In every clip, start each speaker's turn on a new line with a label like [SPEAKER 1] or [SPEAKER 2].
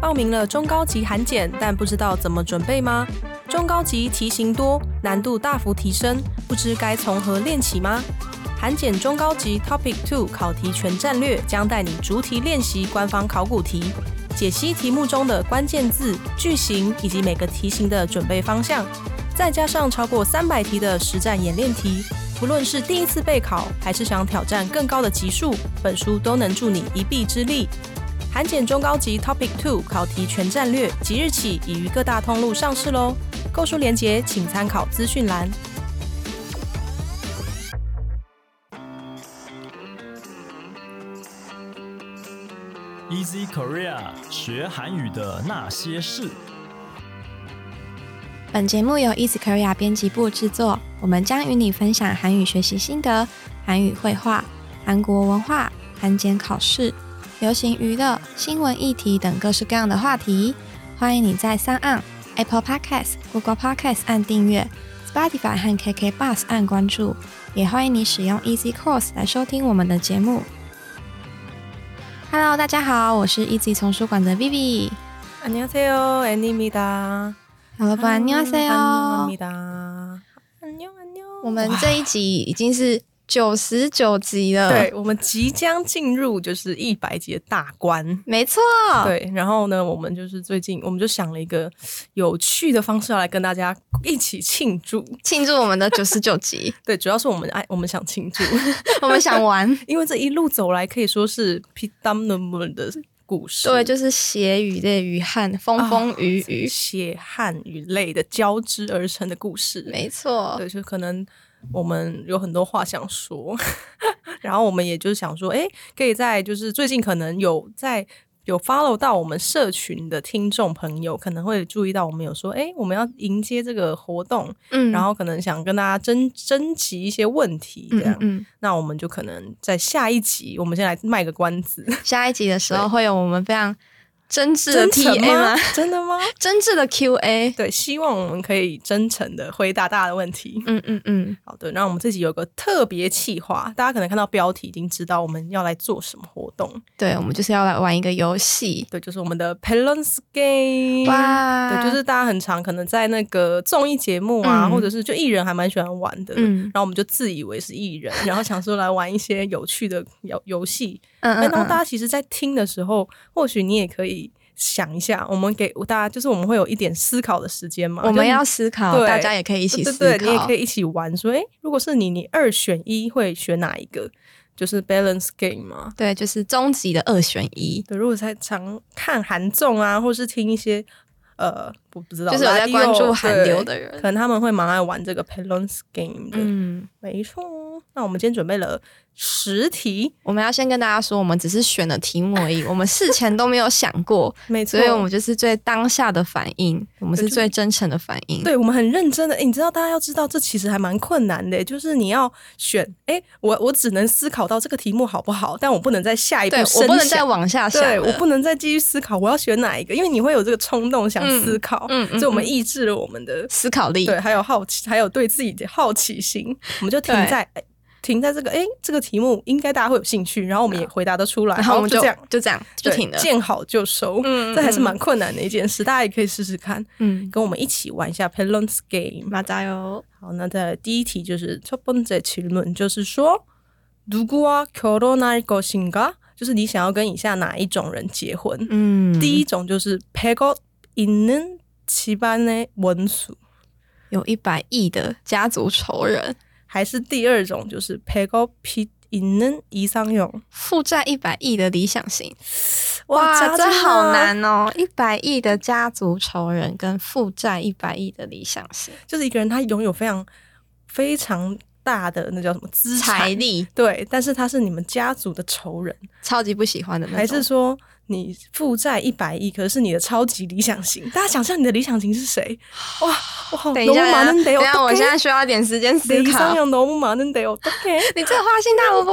[SPEAKER 1] 报名了中高级韩检，但不知道怎么准备吗？中高级题型多，难度大幅提升，不知该从何练起吗？韩检中高级 Topic Two 考题全战略将带你逐题练习官方考古题，解析题目中的关键字、句型以及每个题型的准备方向，再加上超过三百题的实战演练题。不论是第一次备考，还是想挑战更高的级数，本书都能助你一臂之力。韩检中高级 Topic Two 考题全战略即日起已于各大通路上市喽，购书链接请参考资讯栏。
[SPEAKER 2] Easy Korea 学韩语的那些事。
[SPEAKER 3] 本节目由 Easy Korea 编辑部制作，我们将与你分享韩语学习心得、韩语绘画、韩国文化、韩检考试、流行娱乐、新闻议题等各式各样的话题。欢迎你在三岸 Apple Podcast、Google Podcast 按订阅，Spotify 和 KK Bus 按关注，也欢迎你使用 Easy Course 来收听我们的节目。Hello，大家好，我是 Easy 丛书馆的 Vivi。
[SPEAKER 1] 안녕하세요，애니입니다。
[SPEAKER 3] 嗯好了吧，안녕하세요。
[SPEAKER 1] 안녕안녕。
[SPEAKER 3] 我们这一集已经是九十九集了，
[SPEAKER 1] 对，我们即将进入就是一百集的大关。
[SPEAKER 3] 没错，
[SPEAKER 1] 对，然后呢，我们就是最近，我们就想了一个有趣的方式要来跟大家一起庆祝。
[SPEAKER 3] 庆祝我们的九十九 集，
[SPEAKER 1] 对，主要是我们爱，我们想 庆祝，
[SPEAKER 3] 我们想玩，
[SPEAKER 1] 因为这一路走来可以说是 p d o m i n a m e 的故事，
[SPEAKER 3] 对，就是血与泪与汗，风风雨雨，
[SPEAKER 1] 啊血汗与泪的交织而成的故事。
[SPEAKER 3] 没错，
[SPEAKER 1] 对，就可能我们有很多话想说， 然后我们也就是想说，哎、可以在就是最近可能有在有 follow 到我们社群的听众朋友，可能会注意到我们有说，哎、我们要迎接这个活动，
[SPEAKER 3] 嗯，
[SPEAKER 1] 然后可能想跟大家征征集一些问题，这
[SPEAKER 3] 嗯
[SPEAKER 1] 样
[SPEAKER 3] 嗯，嗯，
[SPEAKER 1] 那我们就可能在下一集，我们先来卖个关子，
[SPEAKER 3] 嗯下一集的时候会有我们非常真挚的
[SPEAKER 1] 真
[SPEAKER 3] T 啊 A
[SPEAKER 1] 诚
[SPEAKER 3] 吗？？
[SPEAKER 1] 真的吗？
[SPEAKER 3] 真挚的 Q A，
[SPEAKER 1] 对，希望我们可以真诚的回答大家的问题。
[SPEAKER 3] 嗯嗯嗯，
[SPEAKER 1] 好的，那我们这集有个特别企划，大家可能看到标题已经知道我们要来做什么活动。
[SPEAKER 3] 对，我们就是要来玩一个游戏，
[SPEAKER 1] 对，就是我们的 Parents Game。
[SPEAKER 3] 哇，
[SPEAKER 1] 嗯对，就是大家很常可能在那个综艺节目啊，
[SPEAKER 3] 嗯
[SPEAKER 1] 或者是就艺人还蛮喜欢玩的。
[SPEAKER 3] 嗯
[SPEAKER 1] 然后我们就自以为是艺人，然后想说来玩一些有趣的游游戏。
[SPEAKER 3] 嗯
[SPEAKER 1] 那
[SPEAKER 3] 嗯
[SPEAKER 1] 当大
[SPEAKER 3] 嗯，
[SPEAKER 1] 家其实，在听的时候，或许你也可以想一下，我们给大家就是我们会有一点思考的时间嘛。
[SPEAKER 3] 我
[SPEAKER 1] 就
[SPEAKER 3] 们
[SPEAKER 1] 是
[SPEAKER 3] 要思考，
[SPEAKER 1] 对
[SPEAKER 3] 大家也可以一起
[SPEAKER 1] 对
[SPEAKER 3] 思
[SPEAKER 1] 对对，你也
[SPEAKER 3] 考
[SPEAKER 1] 可，以一起玩。说，哎，如果是你，你二选一会选哪一个？就是 balance game 嘛。
[SPEAKER 3] 对，就是终极的二选一，
[SPEAKER 1] 对，如果在常看韩综啊，或是听一些呃，我不知道，
[SPEAKER 3] 就是有在
[SPEAKER 1] radio，
[SPEAKER 3] 关注韩
[SPEAKER 1] 对
[SPEAKER 3] 流的人
[SPEAKER 1] 可。能他们会蛮爱玩这个 balance game 的。
[SPEAKER 3] 嗯，
[SPEAKER 1] 没错。哦那我们今天准备了十题，
[SPEAKER 3] 我们要先跟大家说，我们只是选了题目而已，我们事前都没有想 过，
[SPEAKER 1] 没错，
[SPEAKER 3] 所以我们就是最当下的反应，我们
[SPEAKER 1] 对
[SPEAKER 3] 是
[SPEAKER 1] 就
[SPEAKER 3] 最真诚的反应。
[SPEAKER 1] 对我们很认真的。诶你知道，大家要知道，这其实还蛮困难的，就是你要选。哎、我我只能思考到这个题目好不好，但我不能在下一步
[SPEAKER 3] 对，
[SPEAKER 1] 深
[SPEAKER 3] 我不能
[SPEAKER 1] 想
[SPEAKER 3] 再往下想
[SPEAKER 1] 对
[SPEAKER 3] 了，
[SPEAKER 1] 我不能再继续思考我要选哪一个，因为你会有这个冲动想思考，
[SPEAKER 3] 嗯嗯
[SPEAKER 1] 所
[SPEAKER 3] 嗯
[SPEAKER 1] 以我们抑制了我们的、
[SPEAKER 3] 思考力。
[SPEAKER 1] 对，还有好奇，还有对自己的好奇心，我们就停
[SPEAKER 3] 对
[SPEAKER 1] 在哎停在这个哎、这个题目应该大家会有兴趣，然后我们也回答得出来，
[SPEAKER 3] 然后我们
[SPEAKER 1] 就
[SPEAKER 3] 就
[SPEAKER 1] 这样
[SPEAKER 3] 就这样就
[SPEAKER 1] 对
[SPEAKER 3] 停了。
[SPEAKER 1] 见好就收。
[SPEAKER 3] 嗯
[SPEAKER 1] 这还是蛮困难的一件事，大家也可以试试看，
[SPEAKER 3] 嗯，
[SPEAKER 1] 跟我们一起玩一下 p a l o n s game。
[SPEAKER 3] 马扎哟，
[SPEAKER 1] 好，那在第一题就是첫 번째 질문，就是说누구와결혼할것인가？就是你想要跟以下哪一种人结婚？
[SPEAKER 3] 嗯，
[SPEAKER 1] 第一种就是100억 있는 집안의 원수，
[SPEAKER 3] 有一百亿的家族仇人，
[SPEAKER 1] 还是第二种就是100억 빚 있는 이상형。
[SPEAKER 3] 负债一百亿的理想型。
[SPEAKER 1] 家啊
[SPEAKER 3] 这
[SPEAKER 1] 真的
[SPEAKER 3] 好难哦！一百亿的家族仇人跟负债一百亿的理想型，
[SPEAKER 1] 就是一个人他拥有非常非常大的那叫什么资
[SPEAKER 3] 财
[SPEAKER 1] 产，
[SPEAKER 3] 力
[SPEAKER 1] 对，但是他是你们家族的仇人，
[SPEAKER 3] 超级不喜欢的那种，
[SPEAKER 1] 还是说你负债一百亿，可是你的超级理想型？大家想象你的理想型是谁？哇，我好
[SPEAKER 3] 等一下，
[SPEAKER 1] 너무많
[SPEAKER 3] 等
[SPEAKER 1] 은데요
[SPEAKER 3] 一下，我
[SPEAKER 1] 어떡해？
[SPEAKER 3] 现在需要一点时间
[SPEAKER 1] 내
[SPEAKER 3] 思考。
[SPEAKER 1] 이상형 너무 많은데요. 어떡해?
[SPEAKER 3] 你这个花心大萝卜。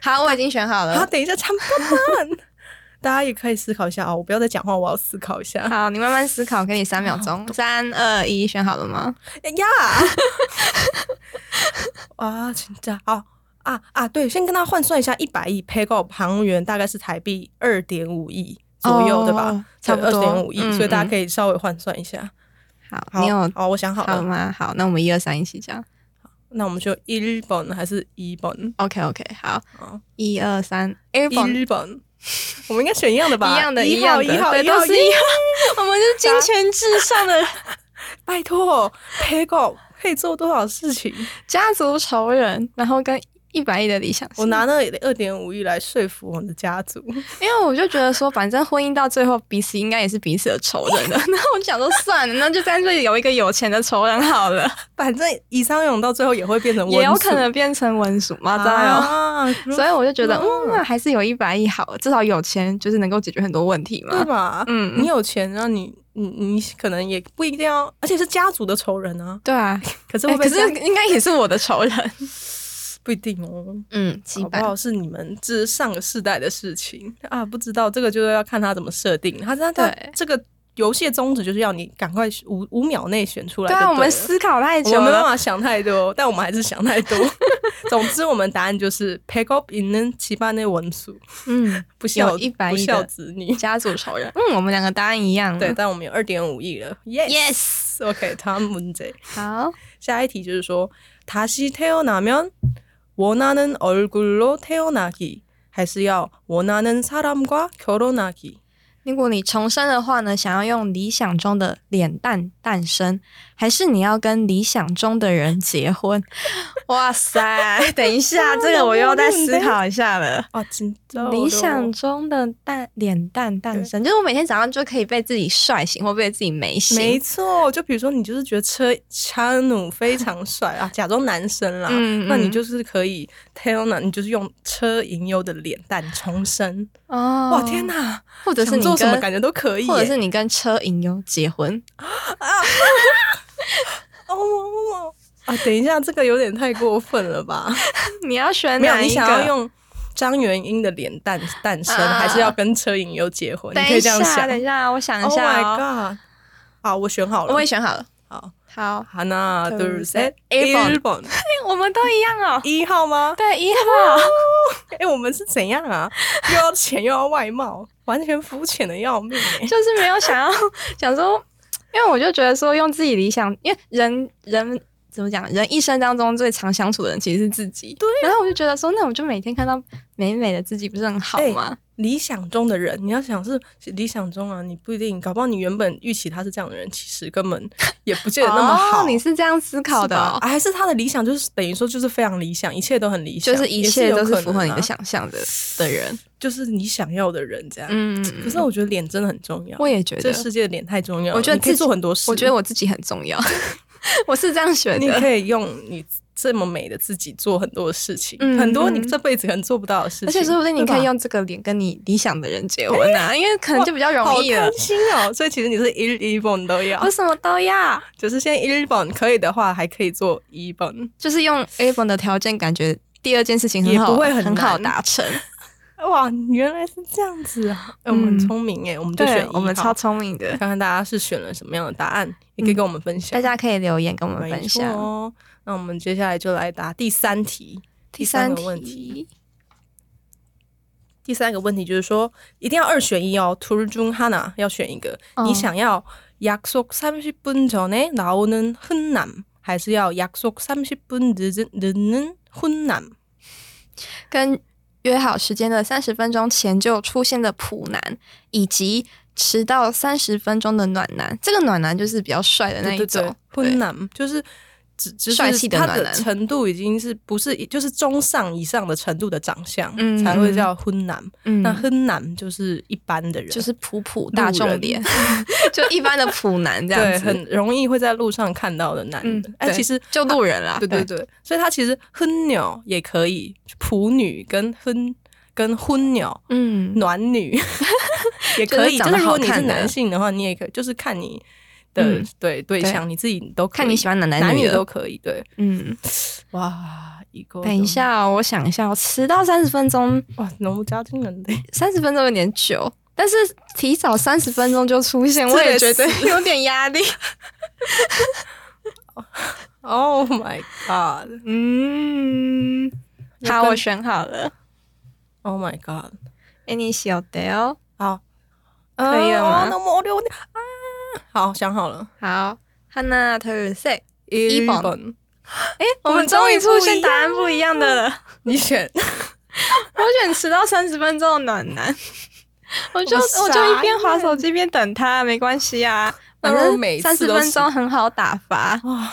[SPEAKER 3] 好，我已经选好
[SPEAKER 1] 啊，
[SPEAKER 3] 了。
[SPEAKER 1] 等一下，长慢慢， 大家也可以思考一下啊！我不要再讲话，我要思考一下。
[SPEAKER 3] 好，你慢慢思考，给你三秒钟。三二一，选好了吗？
[SPEAKER 1] 哎呀， 啊，请假啊啊啊！对，先跟他换算一下，一百亿 pay 购韩元大概是台币二点五亿，左右，
[SPEAKER 3] 哦
[SPEAKER 1] 对吧？
[SPEAKER 3] 差不
[SPEAKER 1] 二
[SPEAKER 3] 多
[SPEAKER 1] 十点五亿，
[SPEAKER 3] 嗯
[SPEAKER 1] 所以大
[SPEAKER 3] 嗯
[SPEAKER 1] 家可以稍微换算一下。
[SPEAKER 3] 好，
[SPEAKER 1] 好
[SPEAKER 3] 你有
[SPEAKER 1] 好，我想好
[SPEAKER 3] 好
[SPEAKER 1] 了，
[SPEAKER 3] 吗？好，那我们一二三一起讲。
[SPEAKER 1] 那我们就一本还是一本？
[SPEAKER 3] OK OK，好
[SPEAKER 1] 好，
[SPEAKER 3] 一二三 a i r b o n
[SPEAKER 1] 一本， 我们应该选一样的吧？
[SPEAKER 3] 一样的，
[SPEAKER 1] 一
[SPEAKER 3] 样
[SPEAKER 1] 号，
[SPEAKER 3] 的，
[SPEAKER 1] 一号，
[SPEAKER 3] 对，
[SPEAKER 1] 一号
[SPEAKER 3] 都是一样。 我们是金钱至上的
[SPEAKER 1] 拜托 p a g o 可以做多少事情？
[SPEAKER 3] 家族仇人，然后跟一百亿的理想型。
[SPEAKER 1] 我拿那二点五亿来说服我们的家 族。
[SPEAKER 3] 因为我就觉得说，反正婚姻到最后彼此应该也是彼此的仇人的。 那我就想说，算了，那就干脆有一个有钱的仇人好了，
[SPEAKER 1] 反正以上勇到最后也会变成
[SPEAKER 3] 也有
[SPEAKER 1] 温宿
[SPEAKER 3] 可能变成文属嘛，知道吗？
[SPEAKER 1] 啊，
[SPEAKER 3] 所以我就觉得，
[SPEAKER 1] 啊
[SPEAKER 3] 嗯，那还是有一百亿好，至少有钱就是能够解决很多问题
[SPEAKER 1] 对
[SPEAKER 3] 嘛。
[SPEAKER 1] 吧？
[SPEAKER 3] 嗯
[SPEAKER 1] 你有钱，然后你你你可能也不一定要，而且是家族的仇人啊。
[SPEAKER 3] 对啊，
[SPEAKER 1] 可是
[SPEAKER 3] 哎
[SPEAKER 1] 会
[SPEAKER 3] 可
[SPEAKER 1] 被这
[SPEAKER 3] 是
[SPEAKER 1] 样、
[SPEAKER 3] 应该也是我的仇人。
[SPEAKER 1] 不一定哦，
[SPEAKER 3] 嗯，基
[SPEAKER 1] 搞不好是你们这是上个世代的事情啊，不知道这个就是要看他怎么设定。他他他
[SPEAKER 3] 对
[SPEAKER 1] 这个游戏的宗旨就是要你赶快五五秒内选出来
[SPEAKER 3] 对
[SPEAKER 1] 就对
[SPEAKER 3] 啊，
[SPEAKER 1] 了。
[SPEAKER 3] 我们思考太
[SPEAKER 1] 我
[SPEAKER 3] 久
[SPEAKER 1] 们没办
[SPEAKER 3] 了。
[SPEAKER 1] 法想太多，但我们还是想太 多。 总之，我们答案就是 pick up in the 七八内文书，
[SPEAKER 3] 嗯，
[SPEAKER 1] 不孝
[SPEAKER 3] 有100
[SPEAKER 1] 不
[SPEAKER 3] 亿的
[SPEAKER 1] 孝子女。
[SPEAKER 3] 家族仇人。嗯，我们两个答案一样。
[SPEAKER 1] 对，但我们有二点五亿了。
[SPEAKER 3] Yes
[SPEAKER 1] Yes，OK，他们这。
[SPEAKER 3] 好，
[SPEAKER 1] 下一题就是说，다시태어나면원하는얼굴로태어나기，还是要원하는사람과결혼하기？
[SPEAKER 3] 如果你重生的话呢，想要用理想中的脸蛋诞生，还是你要跟理想中的人结婚？ 哇塞，等一下，这个我又要再思考一下了。
[SPEAKER 1] 啊，真的
[SPEAKER 3] 理想中的蛋脸蛋诞生，就是我每天早上就可以被自己帅醒，或被自己美醒。
[SPEAKER 1] 没错，就比如说你就是觉得车查努非常帅 啊，假装男生啦，
[SPEAKER 3] 嗯
[SPEAKER 1] 那
[SPEAKER 3] 嗯
[SPEAKER 1] 你就是可以 t e l n a 你就是用车银优的脸蛋重生。
[SPEAKER 3] 哦
[SPEAKER 1] 哇天！哪，
[SPEAKER 3] 或者是
[SPEAKER 1] 想
[SPEAKER 3] 你
[SPEAKER 1] 做什么
[SPEAKER 3] 跟
[SPEAKER 1] 感觉都可以耶，
[SPEAKER 3] 或者是你跟车银优结婚，
[SPEAKER 1] 哦哦哦啊，等一下，这个有点太过分了吧？
[SPEAKER 3] 你要选
[SPEAKER 1] 没有，
[SPEAKER 3] 哪
[SPEAKER 1] 你
[SPEAKER 3] 一
[SPEAKER 1] 想要
[SPEAKER 3] 个？
[SPEAKER 1] 用张元英的脸诞诞生，
[SPEAKER 3] 啊
[SPEAKER 1] 还是要跟车银优结婚？你
[SPEAKER 3] 等
[SPEAKER 1] 可
[SPEAKER 3] 一
[SPEAKER 1] 以这样
[SPEAKER 3] 下，
[SPEAKER 1] 想。
[SPEAKER 3] 等一下，我想一
[SPEAKER 1] Oh
[SPEAKER 3] 下
[SPEAKER 1] my
[SPEAKER 3] 哦。
[SPEAKER 1] god！好，我选好了。
[SPEAKER 3] 我也选好了。
[SPEAKER 1] 好，
[SPEAKER 3] 好，
[SPEAKER 1] 하나
[SPEAKER 3] 둘
[SPEAKER 1] 둘셋
[SPEAKER 3] 셋1
[SPEAKER 1] 1번
[SPEAKER 3] 我们都一样哦。
[SPEAKER 1] 一号吗？
[SPEAKER 3] 对，啊一号。
[SPEAKER 1] 哎、我们是怎样 啊？又要钱又要外貌，完全肤浅的要命、欸。
[SPEAKER 3] 就是没有想要想说，因为我就觉得说用自己理想，因为人人怎么讲，人一生当中最常相处的人其实是自己。对、啊然后我就觉得说，那我就每天看到美美的自己，不是很好吗？
[SPEAKER 1] 理想中的人，你要想是理想中啊，你不一定，搞不好你原本预期他是这样的人，其实根本也不见得那么好。
[SPEAKER 3] 哦，你是这样思考的、
[SPEAKER 1] 是吧
[SPEAKER 3] 哦。
[SPEAKER 1] 啊还是他的理想就是等于说就是非常理想，一切都很理想，
[SPEAKER 3] 就是一切都是符合你
[SPEAKER 1] 也是有可
[SPEAKER 3] 的
[SPEAKER 1] 能啊，
[SPEAKER 3] 想象的、的人，
[SPEAKER 1] 就是你想要的人这样。
[SPEAKER 3] 嗯，
[SPEAKER 1] 可是我觉得脸真的很重要，
[SPEAKER 3] 我也觉
[SPEAKER 1] 这
[SPEAKER 3] 得，
[SPEAKER 1] 世界的脸太重要了，
[SPEAKER 3] 我觉得
[SPEAKER 1] 你可以
[SPEAKER 3] 自己
[SPEAKER 1] 做很多事，
[SPEAKER 3] 我觉得我自己很重 要，我是这样选
[SPEAKER 1] 你
[SPEAKER 3] 的，
[SPEAKER 1] 可以用你这么美的自己做很多事情，
[SPEAKER 3] 嗯
[SPEAKER 1] 很多你
[SPEAKER 3] 嗯
[SPEAKER 1] 这辈子可能做不到的事情，
[SPEAKER 3] 而且说不定你
[SPEAKER 1] 对吧
[SPEAKER 3] 可以用这个脸跟你理想的人结婚啊，因为可能就比较容易
[SPEAKER 1] 好
[SPEAKER 3] 了
[SPEAKER 1] 贪，心哦！所以其实你是一一本都要
[SPEAKER 3] 我，什么都要。
[SPEAKER 1] 就是现在一本可以的话，还可以做一本。
[SPEAKER 3] 就是用 A 本的条件，感觉第二件事情很好，
[SPEAKER 1] 也不会很
[SPEAKER 3] 很
[SPEAKER 1] 难
[SPEAKER 3] 好达成。
[SPEAKER 1] 哇，原来是这样子啊！哎我们
[SPEAKER 3] 嗯
[SPEAKER 1] 很聪明哎，我们就选
[SPEAKER 3] 对我们
[SPEAKER 1] 1号
[SPEAKER 3] 超聪明的，
[SPEAKER 1] 看看大家是选了什么样的答案，也可以跟我们分享。
[SPEAKER 3] 大家可以留言跟我们
[SPEAKER 1] 没
[SPEAKER 3] 分
[SPEAKER 1] 错
[SPEAKER 3] 享。
[SPEAKER 1] 哦。那我们接下来就来答第三题。
[SPEAKER 3] 第三
[SPEAKER 1] 个问题，
[SPEAKER 3] 题，
[SPEAKER 1] 第三个问题就是说，一定要二选一哦。둘중하나要选一个，
[SPEAKER 3] 哦
[SPEAKER 1] 你想要약속30분전에나오는훈남，还是要약속30분늦은늦는훈남？
[SPEAKER 3] 跟约好时间的三十分钟前就出现的普男，以及迟到三十分钟的暖男。这个暖男就是比较帅的那一
[SPEAKER 1] 对对
[SPEAKER 3] 种
[SPEAKER 1] 对，
[SPEAKER 3] 对
[SPEAKER 1] 婚男就是只就是
[SPEAKER 3] 帅气的
[SPEAKER 1] 他
[SPEAKER 3] 暖
[SPEAKER 1] 的
[SPEAKER 3] 男
[SPEAKER 1] 程度已经是不是就是中上以上的程度的长相，
[SPEAKER 3] 嗯
[SPEAKER 1] 才会叫婚男。
[SPEAKER 3] 嗯
[SPEAKER 1] 那婚男 就是一般的人，
[SPEAKER 3] 就是普普
[SPEAKER 1] 路
[SPEAKER 3] 大
[SPEAKER 1] 人
[SPEAKER 3] 众脸， 就一般的普男这
[SPEAKER 1] 对
[SPEAKER 3] 样
[SPEAKER 1] 很
[SPEAKER 3] 子。嗯
[SPEAKER 1] 容易会在路上看到的男人。哎、
[SPEAKER 3] 对
[SPEAKER 1] 其实
[SPEAKER 3] 就路人啊啦，
[SPEAKER 1] 对对对，所以他其实婚鸟也可以，普女跟婚跟婚鸟
[SPEAKER 3] 嗯，
[SPEAKER 1] 暖 女也可以。
[SPEAKER 3] 就是长
[SPEAKER 1] 就
[SPEAKER 3] 得
[SPEAKER 1] 是如果你
[SPEAKER 3] 好
[SPEAKER 1] 是
[SPEAKER 3] 看的
[SPEAKER 1] 男性的话，你也可以，就是看你的
[SPEAKER 3] 嗯
[SPEAKER 1] 对对
[SPEAKER 3] 对
[SPEAKER 1] 象，你自己都可以
[SPEAKER 3] 看你喜欢男男
[SPEAKER 1] 男
[SPEAKER 3] 女
[SPEAKER 1] 女
[SPEAKER 3] 的
[SPEAKER 1] 都可以。对，
[SPEAKER 3] 嗯，
[SPEAKER 1] 哇，一个
[SPEAKER 3] 等一，下哦，我想一下哦，迟到三十分钟
[SPEAKER 1] 哇，浓加惊人的，
[SPEAKER 3] 三十分钟有点久，但是提早三十分钟就出 现，
[SPEAKER 1] 这
[SPEAKER 3] 我
[SPEAKER 1] 也
[SPEAKER 3] 也觉
[SPEAKER 1] 是
[SPEAKER 3] 得有点压力。
[SPEAKER 1] Oh my god！
[SPEAKER 3] 嗯，
[SPEAKER 1] 要
[SPEAKER 3] 好，
[SPEAKER 1] 跟
[SPEAKER 3] 我选好了。
[SPEAKER 1] Oh my god！
[SPEAKER 3] 哎，你小的哦，
[SPEAKER 1] 好，
[SPEAKER 3] 可以了吗
[SPEAKER 1] 哦那么六啊，好，想好了。
[SPEAKER 3] 好，하나둘셋，
[SPEAKER 1] 一
[SPEAKER 3] 本
[SPEAKER 1] 本，
[SPEAKER 3] 哎，我们终于出现答案不一样的了。
[SPEAKER 1] 你选，
[SPEAKER 3] 我选迟到三十分钟的暖 男，我就
[SPEAKER 1] 我
[SPEAKER 3] 我
[SPEAKER 1] 傻
[SPEAKER 3] 就一边划手机一边等他，没关系啊。
[SPEAKER 1] 那如果每
[SPEAKER 3] 三
[SPEAKER 1] 次
[SPEAKER 3] 十
[SPEAKER 1] 都
[SPEAKER 3] 分钟很好打发，
[SPEAKER 1] 哇，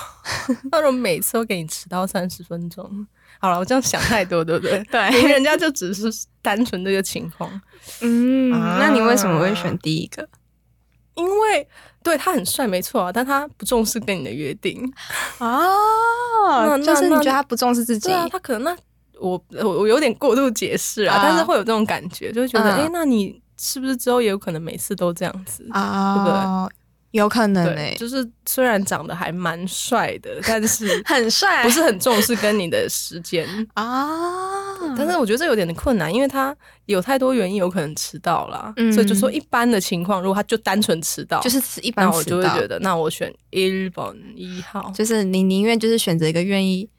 [SPEAKER 1] 那我每次都给你迟到三十分钟。好了，我这样想太多，对不对？
[SPEAKER 3] 对
[SPEAKER 1] 因为人家就只是单纯这个情况，
[SPEAKER 3] 嗯，
[SPEAKER 1] 啊
[SPEAKER 3] 那你为什么会选第一个？
[SPEAKER 1] 因为对他很帅没错啊，但他不重视跟你的约定。
[SPEAKER 3] 哦
[SPEAKER 1] 那
[SPEAKER 3] 就是你
[SPEAKER 1] 那
[SPEAKER 3] 觉得他不重视自己
[SPEAKER 1] 对，啊，他可能那我我我有点过度解释啊，
[SPEAKER 3] 啊
[SPEAKER 1] 但是会有这种感觉，就会觉得
[SPEAKER 3] 嗯
[SPEAKER 1] 哎、诶那你是不是之后也有可能每次都这样子？
[SPEAKER 3] 哦，有可能欸
[SPEAKER 1] 对，
[SPEAKER 3] 诶，
[SPEAKER 1] 就是虽然长得还蛮帅的，但是
[SPEAKER 3] 很帅，
[SPEAKER 1] 不 是很重视跟你的时间。
[SPEAKER 3] 啊？
[SPEAKER 1] 但是我觉得这有点困难，因为他有太多原因有可能迟到啦，
[SPEAKER 3] 嗯
[SPEAKER 1] 所以就说一般的情况，如果他就单纯迟到，
[SPEAKER 3] 就是吃一
[SPEAKER 1] 那
[SPEAKER 3] 般
[SPEAKER 1] 我
[SPEAKER 3] 迟
[SPEAKER 1] 就会
[SPEAKER 3] 到
[SPEAKER 1] 觉，得，那我选一本一号，
[SPEAKER 3] 就是你宁愿就是选择一个 愿意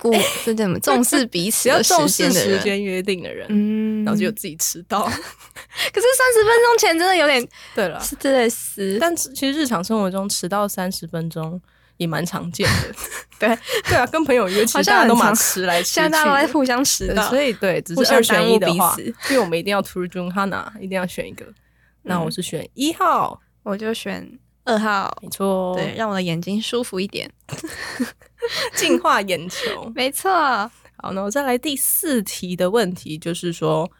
[SPEAKER 3] 顾，这怎么重视彼
[SPEAKER 1] 只
[SPEAKER 3] 此
[SPEAKER 1] 要
[SPEAKER 3] 的
[SPEAKER 1] 重视
[SPEAKER 3] 间的
[SPEAKER 1] 时
[SPEAKER 3] 人？
[SPEAKER 1] 间约定的人，
[SPEAKER 3] 嗯
[SPEAKER 1] 然后就有自己迟 到。
[SPEAKER 3] 可是三十分钟前真的有点
[SPEAKER 1] 对了，
[SPEAKER 3] 是真的是，
[SPEAKER 1] 但其实日常生活中迟到三十分钟。也蛮常见的，
[SPEAKER 3] 对
[SPEAKER 1] 对啊，跟朋友约，其
[SPEAKER 3] 好
[SPEAKER 1] 实
[SPEAKER 3] 像
[SPEAKER 1] 大家都
[SPEAKER 3] 很常
[SPEAKER 1] 蛮迟来迟去
[SPEAKER 3] 现在大家都在
[SPEAKER 1] 的，
[SPEAKER 3] 互相迟
[SPEAKER 1] 对
[SPEAKER 3] 到，
[SPEAKER 1] 所以对，只
[SPEAKER 3] 互
[SPEAKER 1] 是
[SPEAKER 3] 相
[SPEAKER 1] 二
[SPEAKER 3] 耽
[SPEAKER 1] 选
[SPEAKER 3] 误
[SPEAKER 1] 一的
[SPEAKER 3] 彼
[SPEAKER 1] 话，
[SPEAKER 3] 此
[SPEAKER 1] 因为我们一定要 t r u j u n Hana，一定要选一个。那
[SPEAKER 3] 嗯
[SPEAKER 1] 我是选一号，
[SPEAKER 3] 我就选二号，
[SPEAKER 1] 没错，
[SPEAKER 3] 对，，让我的眼睛舒服一点。
[SPEAKER 1] 净化眼球。
[SPEAKER 3] 没错，
[SPEAKER 1] 好，那我再来第四题的问题，就是说，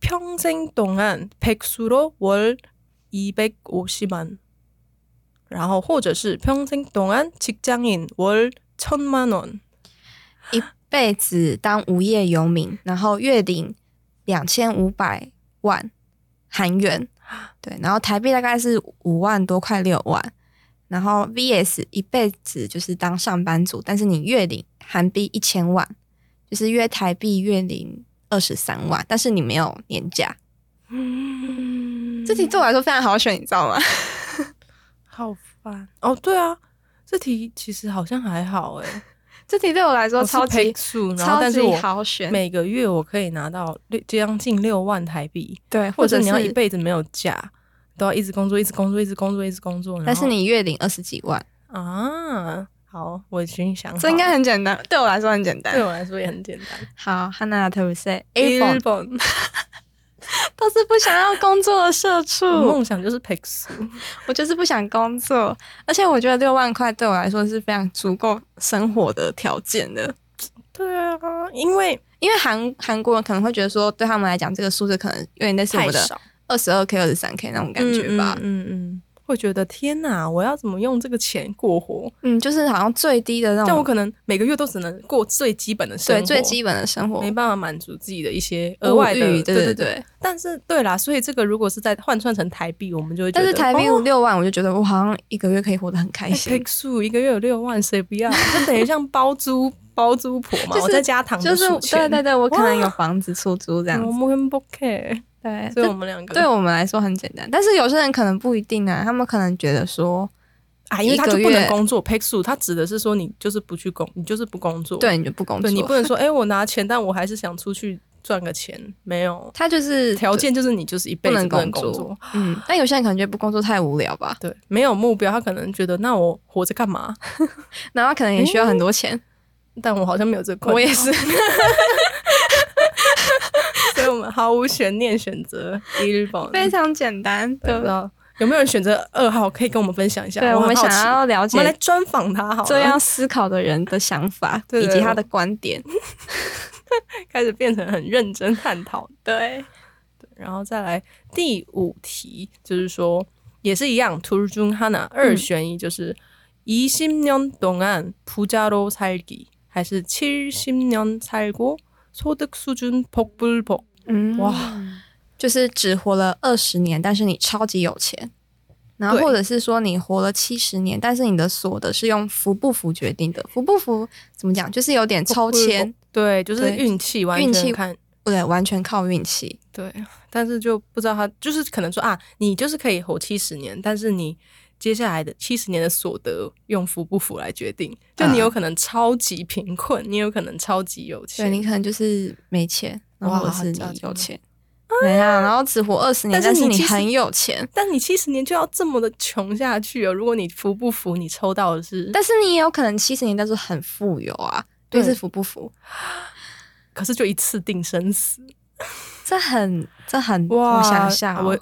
[SPEAKER 1] 평생동안백수로월250만，然后或者是평생동안직장인월천만원。
[SPEAKER 3] 一辈子当无业游民，然后月领两千五百万韩元，对，然后台币大概是五万多，快六万。然后 VS 一辈子就是当上班族，但是你月领韩币一千万，就是约台币月领二十三万，但是你没有年假。
[SPEAKER 1] 嗯
[SPEAKER 3] 这题对我来说非常好选，你知道吗？
[SPEAKER 1] 好烦哦。对啊，这题其实好像还好哎、
[SPEAKER 3] 这题对我来 说
[SPEAKER 1] 我是
[SPEAKER 3] 超级
[SPEAKER 1] pick 数，然后
[SPEAKER 3] 超
[SPEAKER 1] 但是
[SPEAKER 3] 级
[SPEAKER 1] 我
[SPEAKER 3] 好选，
[SPEAKER 1] 每个月我可以拿到六将近六万台币，
[SPEAKER 3] 对，
[SPEAKER 1] 或者你要
[SPEAKER 3] 是
[SPEAKER 1] 一，辈子没有假，都要一直工作，一直工作，一直工作，一直工作。然
[SPEAKER 3] 但是
[SPEAKER 1] 后
[SPEAKER 3] 你月领二十几万，
[SPEAKER 1] 啊，好，我已经想好了，
[SPEAKER 3] 这应该很简单，对我来说很简单。
[SPEAKER 1] 对我来说也很简单。
[SPEAKER 3] 好，汉娜特鲁塞
[SPEAKER 1] 日
[SPEAKER 3] ，A 本
[SPEAKER 1] 本，
[SPEAKER 3] 都是不想要工作的社 畜，
[SPEAKER 1] 我梦想就是 Pix，
[SPEAKER 3] 我就是不想工作，而且我觉得六万块对我来说是非常足够生活的条件的。
[SPEAKER 1] 对啊，因 为
[SPEAKER 3] 因为韩韩国人可能会觉得说，对他们来讲，这个数字可能有点类似我
[SPEAKER 1] 太
[SPEAKER 3] 们的
[SPEAKER 1] 少
[SPEAKER 3] 二十二 k、二十三 k 那种感觉吧。
[SPEAKER 1] 嗯嗯嗯，会觉得天哪，我要怎么用这个钱过活？
[SPEAKER 3] 嗯就是好像最低的那
[SPEAKER 1] 但我
[SPEAKER 3] 种，
[SPEAKER 1] 可能每个月都只能过最基本的生活，
[SPEAKER 3] 嗯对最基本的生活
[SPEAKER 1] 没办法满足自己的一些额外的，
[SPEAKER 3] 物欲对
[SPEAKER 1] 对
[SPEAKER 3] 对
[SPEAKER 1] 对。
[SPEAKER 3] 对。
[SPEAKER 1] 但是对啦，所以这个如果是在换算成台币，我们就会觉
[SPEAKER 3] 但
[SPEAKER 1] 得，
[SPEAKER 3] 是台币
[SPEAKER 1] 哦
[SPEAKER 3] 六万，我就觉得我好像一个月可以活得很开心。
[SPEAKER 1] Pick 哎数一个月有六万，谁 不要？就等于像包租包租婆嘛，
[SPEAKER 3] 就是
[SPEAKER 1] 我在家躺
[SPEAKER 3] 就
[SPEAKER 1] 着
[SPEAKER 3] 是
[SPEAKER 1] 数
[SPEAKER 3] 对
[SPEAKER 1] 钱，
[SPEAKER 3] 对对，我可能
[SPEAKER 1] 哇
[SPEAKER 3] 有房子出租这样
[SPEAKER 1] 我
[SPEAKER 3] 子。
[SPEAKER 1] 们很不 care，
[SPEAKER 3] 对，
[SPEAKER 1] 所以
[SPEAKER 3] 这
[SPEAKER 1] 我们两个
[SPEAKER 3] 对我们来说很简单，但是有些人可能不一定啊，他们可能觉得说，
[SPEAKER 1] 啊，因为他
[SPEAKER 3] 一
[SPEAKER 1] 就
[SPEAKER 3] 个月
[SPEAKER 1] 不能工作，Pick 数它指的是说你就是不去工，你就是不工作，
[SPEAKER 3] 对你就不工作，
[SPEAKER 1] 对，你不能说哎、我拿钱，但我还是想出去赚个钱，没有
[SPEAKER 3] 他就是
[SPEAKER 1] 条，件就是你就是一辈子
[SPEAKER 3] 不
[SPEAKER 1] 不
[SPEAKER 3] 能
[SPEAKER 1] 能
[SPEAKER 3] 工
[SPEAKER 1] 工
[SPEAKER 3] 作嗯，但有些人可能觉得不工作太无聊吧，
[SPEAKER 1] 对，没有目标，他可能觉得那我活着干 嘛？
[SPEAKER 3] 然后可能也需要很多钱，
[SPEAKER 1] 但我好像没有这个困
[SPEAKER 3] 我
[SPEAKER 1] 扰，
[SPEAKER 3] 也是，
[SPEAKER 1] 所以我们毫无悬念选 择一日本。
[SPEAKER 3] 非常简单
[SPEAKER 1] 对不知
[SPEAKER 3] 的。
[SPEAKER 1] 道有没有人选择二号，可以跟我们分享一下。
[SPEAKER 3] 对，
[SPEAKER 1] 我
[SPEAKER 3] 我们
[SPEAKER 1] 很好
[SPEAKER 3] 想
[SPEAKER 1] 奇
[SPEAKER 3] 要
[SPEAKER 1] 我
[SPEAKER 3] 了
[SPEAKER 1] 们来啊
[SPEAKER 3] 解啊
[SPEAKER 1] 专访他好了，
[SPEAKER 3] 这样思考的人的想法
[SPEAKER 1] 对
[SPEAKER 3] 以
[SPEAKER 1] 对
[SPEAKER 3] 及
[SPEAKER 1] 对
[SPEAKER 3] 他的观点，
[SPEAKER 1] 开始变成很认真探讨。
[SPEAKER 3] 对，
[SPEAKER 1] 然后再来第五题，就是说也是一样，图中哈娜二选一，就是이십년동안부자로살기还是칠십년살고소득수준복불복。
[SPEAKER 3] 嗯，
[SPEAKER 1] 哇，
[SPEAKER 3] 就是只活了二十年，但是你超级有钱。然后
[SPEAKER 1] 对
[SPEAKER 3] 或者是说你活了七十年，但是你的所得是用服不服决定的，服不服怎么讲？就是有点抽签，
[SPEAKER 1] 对，就是
[SPEAKER 3] 对
[SPEAKER 1] 运气，完
[SPEAKER 3] 运气
[SPEAKER 1] 全看。
[SPEAKER 3] 对，完全靠运气。
[SPEAKER 1] 对，但是就不知道他就是可能说啊，你就是可以活七十年，但是你接下来的七十年的所得用符不符来决定。就你有可能超级贫困，你有可能超级有
[SPEAKER 3] 对
[SPEAKER 1] 钱。
[SPEAKER 3] 你可能就是没钱，然后
[SPEAKER 1] 哇
[SPEAKER 3] 或者是你
[SPEAKER 1] 好扎心
[SPEAKER 3] 有钱，怎样？然后只活二十年，
[SPEAKER 1] 但
[SPEAKER 3] 但
[SPEAKER 1] 是
[SPEAKER 3] 是
[SPEAKER 1] 你
[SPEAKER 3] 你
[SPEAKER 1] 其实
[SPEAKER 3] 很有钱，
[SPEAKER 1] 但你七十年就要这么的穷下去哦！如果你服不服，你抽到的是，
[SPEAKER 3] 但是你也有可能七十年但是很富有啊，
[SPEAKER 1] 对
[SPEAKER 3] 就是服不服？
[SPEAKER 1] 可是就一次定生死，
[SPEAKER 3] 这很这很，我想一下、哦，
[SPEAKER 1] 我